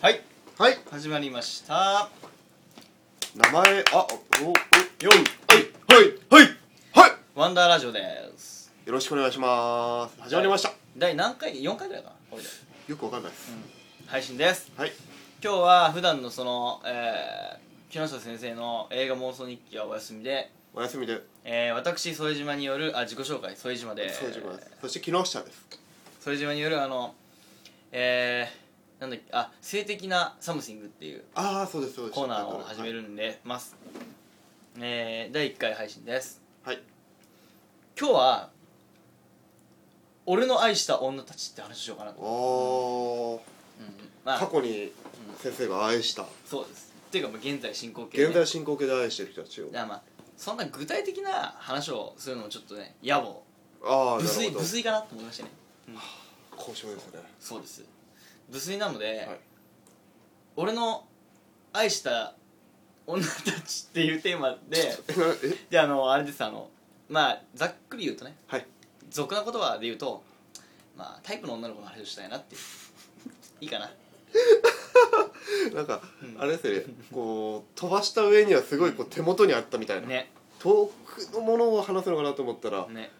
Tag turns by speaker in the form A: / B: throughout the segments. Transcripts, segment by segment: A: はい
B: はい
A: 始まりました
B: 名前あおお
A: よい
B: はいはいはい
A: ワンダーラジオです
B: よろしくお願いします始まりました、
A: 第何回4回ぐらいかなこれで
B: よくわかんないです、
A: 配信です
B: はい
A: 今日は普段のその、えー、木下先生の映画妄想日記はお休みで、
B: お休みで
A: えー、私副島によるあ自己紹介副島で
B: そうです、そして木下です
A: 副島によるあのえー、なんだっけあ性的なサムシングっていう
B: ああそうですそうです
A: コーナーを始めるんでます、えー、第1回配信です
B: はい
A: 今日は俺の愛した女たちって話をしようかなと、
B: おお
A: うん
B: ー、
A: まあ
B: 過去に先生が愛した
A: そうですっていうかまあ現在進行形で
B: 現在進行形で愛してる人たちを
A: だからまあそんな具体的な話をするのもちょっとね野暮
B: ああな
A: 無
B: る
A: 粋
B: ほど
A: 無粋かなと思いましたね
B: 交渉ですね
A: そうです無粋なので、
B: はい
A: 俺の愛した女たちっていうテーマで
B: えなえ
A: であのあれですあのまあざっくり言うとね
B: はい
A: 俗な言葉で言うとまあタイプの女の子の話をしたいなっていういいかな
B: なんか、あれですよねこう飛ばした上にはすごいこう手元にあったみたいな、
A: ね
B: 遠くのものを話すのかなと思ったら、
A: ね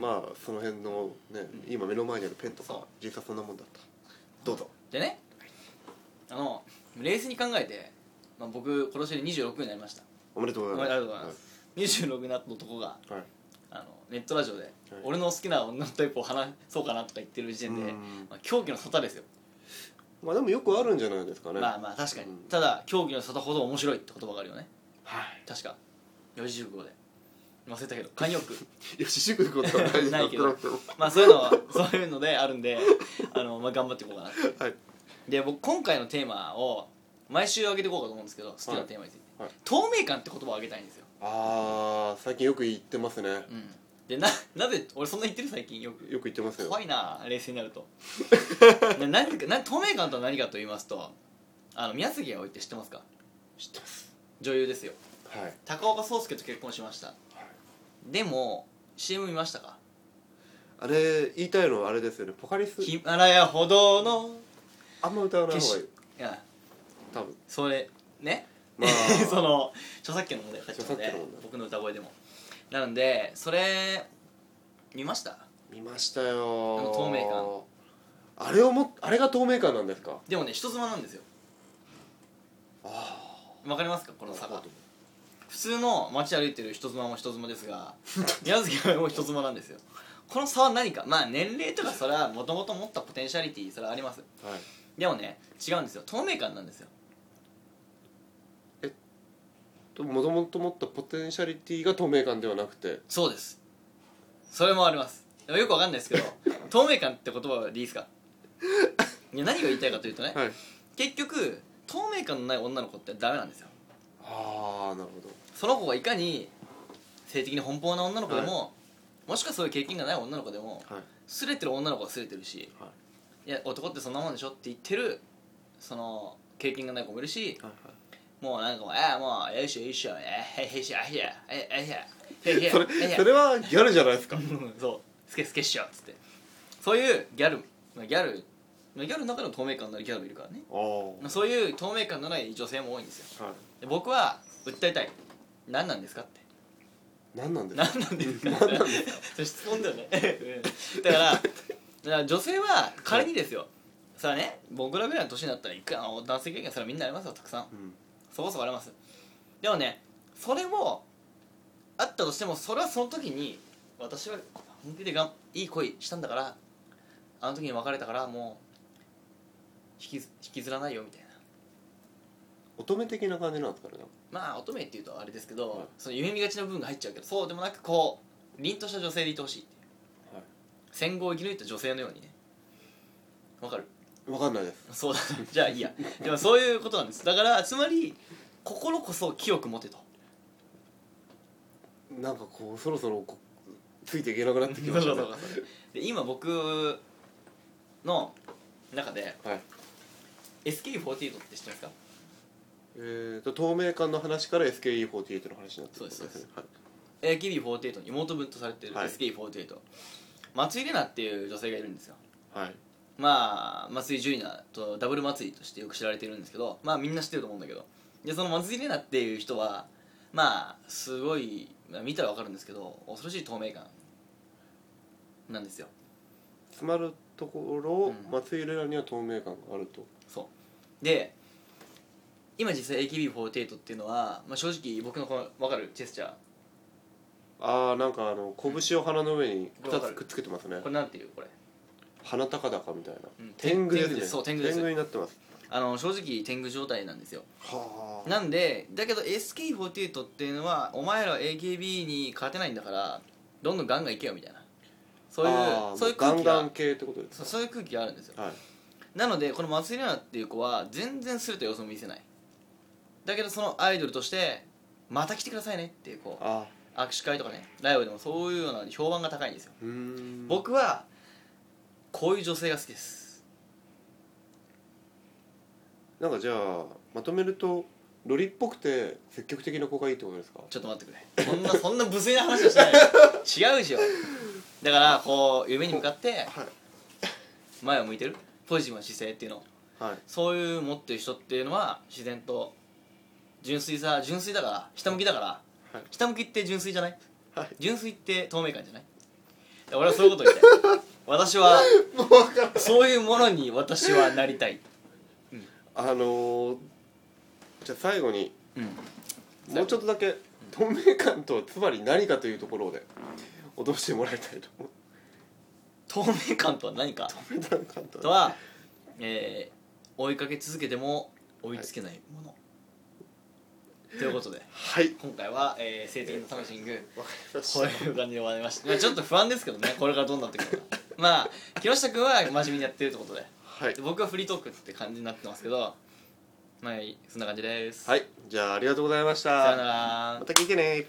B: まあその辺のね、今目の前にあるペンとか
A: そ
B: 実際そんなもんだったどうぞ
A: でねあの冷静に考えて、まあ、僕今年で26になりました
B: おめでとうございます
A: おめでとうございます26になった男が
B: はい、はい
A: あのネットラジオで、俺の好きな女のタイプを話そうかなとか言ってる時点で、
B: うん
A: まあ、狂気の沙汰ですよ、
B: まあでもよくあるんじゃないですかね、
A: まあまあ確かに、
B: うん
A: ただ狂気の沙汰ほど面白いって言葉があるよね
B: はい
A: 確か四字熟語で忘れたけど慣用句
B: いや四十九こと はない
A: ないけど
B: んとなく
A: まあそういうのはそういうのであるんであの、まあ、頑張っていこうかなって
B: はい
A: で僕今回のテーマを毎週上げていこうかと思うんですけど好きなテーマについて、
B: はいはい
A: 透明感って言葉を上げたいんですよ、
B: ああ最近よく言ってますね、
A: うん、でな なぜ俺そんな言ってる最近よく
B: よく言ってますよ
A: 怖いな冷静にな るとな何かな透明感とは何かと言いますとあの宮崎あおいって知ってますか
B: 知ってます
A: 女優ですよ
B: はい、はい、
A: 高岡壮介と結婚しましたでも CM 見ましたか
B: あれ言いたいのはあれですよねポカリス
A: ヒマラヤ歩道の
B: あんま歌わない方がいい
A: 決いや
B: 多 分
A: それね、
B: まあ
A: その著作権の問題入っちゃうの
B: 著作権
A: で
B: の問題
A: 僕の歌声でもなのでそれ見ました
B: 見ましたよ
A: あの透明
B: 感あれをもあれが透明感なんですか
A: でもね人妻なんですよ
B: あ
A: わかりますかこ
B: あ
A: の差が普通の街歩いてる人妻も人妻ですが 宮崎駿も人妻なんですよこの差は何かまあ年齢とかそれはもともと持ったポテンシャリティそれはあります
B: はい
A: でもね違うんですよ透明感なんですよ
B: もともと持ったポテンシャリティが透明感ではなくて
A: そうですそれもありますでもよくわかんないで すけど透明感って言葉でいいですかいや何が言いたいかというとね、
B: はい
A: 結局透明感のない女の子ってダメなんですよ
B: ああなるほど
A: その子がいかに性的に奔放な女の子でも、もしくはそういう経験がない女の子でも
B: はい
A: すれてる女の子はすれてるし、、
B: はい
A: や男ってそんなもんでしょって言ってるその経験がない子もいるし
B: はい
A: もうなんかもう「えー、もうよいしょよいしょえーへいへいしょへいへいえーへいへいへいへいへいへいへい
B: それそれはギャルじゃないですか
A: そうスケスケっしょっつってそういうギャル、まあ、ギャルまあギャルの中でも透明感のあるギャルもいるからね、
B: ああ
A: まあ、そういう透明感のない女性も多いんですよ
B: はい
A: で僕は訴えたい何なんですかって
B: 何なんですか
A: 何なんですかってそれ質問だよねうんだからだから女性は仮にですよさあね僕らぐらいの年になったらいくらあの男性経験それはみんなありますよたくさん
B: うん
A: そこそこありますでもねそれもあったとしてもそれはその時に私は本気でがんいい恋したんだからあの時に別れたからもう引きず引きずらないよみたいな
B: 乙女的な感じなんですからね
A: まあ乙女っていうとあれですけ
B: はい
A: ど、その夢見がちな部分が入っちゃうけどそうでもなくこう凛とした女性でいてほしいっていう、
B: はい
A: 戦後を生き抜いた女性のようにね わかる
B: 分かんないです
A: そうだなじゃあいいやでもそういうことなんですだからつまり心こそ清く持てと
B: なんかこうそろそろこついていけなくなってきまし
A: そ
B: た
A: う
B: ね
A: そうそうで今僕の中で
B: はい
A: SK48 って知ってますか
B: えーと透明感の話から SKE48 の話になってるん
A: そうですそうで
B: はい
A: AKB48 に妹分とされてる
B: はい
A: SK48、松井玲奈っていう女性がいるんですよ
B: はい
A: まあ松井純奈とダブル松井としてよく知られてるんですけどまあみんな知ってると思うんだけどでその松井玲奈っていう人はまあすごい、まあ、見たらわかるんですけど恐ろしい透明感なんですよ
B: 詰まるところ、
A: うん
B: 松井玲奈には透明感があると
A: そうで今実際 AKB48 っていうのは、まあ、正直僕のこの分かるジェスチャー
B: ああなんかあの拳を鼻の上に
A: わ
B: 2
A: かる
B: つくっつけてますね
A: これなんていうこれ、
B: 鼻高々みたいな
A: うん
B: 天狗ですね
A: そう天狗です
B: 天狗になってます
A: あの正直天狗状態なんですよ
B: はあ
A: なんでだけど SK48 っていうのはお前ら AKB に勝てないんだからどんどんガンガンいけよみたいなそう
B: あ
A: い
B: ー
A: うそういう空気が
B: ガンガン系ってことです
A: そうそういう空気があるんですよ
B: はい
A: なのでこの松井玲奈っていう子は全然すると様子も見せないだけどそのアイドルとしてまた来てくださいねっていうこう
B: あ
A: 握手会とかねライブでもそういうような評判が高いんですよ
B: うーん
A: 僕はこういう女性が好きです
B: なんかじゃあまとめるとロリっぽくて積極的な子がいいってことですか
A: ちょっと待ってくれそんな そんな無粋な話はしない違うでしょだからこう夢に向かって
B: はい
A: 前を向いてるポジティブな姿勢っていうの
B: はい
A: そういう持ってる人っていうのは自然と純粋さ純粋だから下向きだから、
B: はい
A: 下向きって純粋じゃない、
B: はい
A: 純粋って透明感じゃないだから俺はそういうことを言いたい私は
B: もう分からん
A: そういうものに私はなりたい
B: あのー、じゃあ最後に
A: うん
B: もうちょっとだけ透明感とはつまり何かというところで脅してもらいたいと思う
A: 透明感とは何か
B: 透明感と
A: とは、えー追いかけ続けても追いつけないもの、ということで
B: はい
A: 今回は、えー、性的なタムシング
B: わかりまし
A: こういう感じで終わりましたまあちょっと不安ですけどねこれからどうなってくるかまあ木下君は真面目にやってるってことで
B: たはい
A: で、僕はフリートークって感じになってますけどまあそんな感じです
B: はいい、じゃあありがとうございました
A: さよなら
B: また聞いてね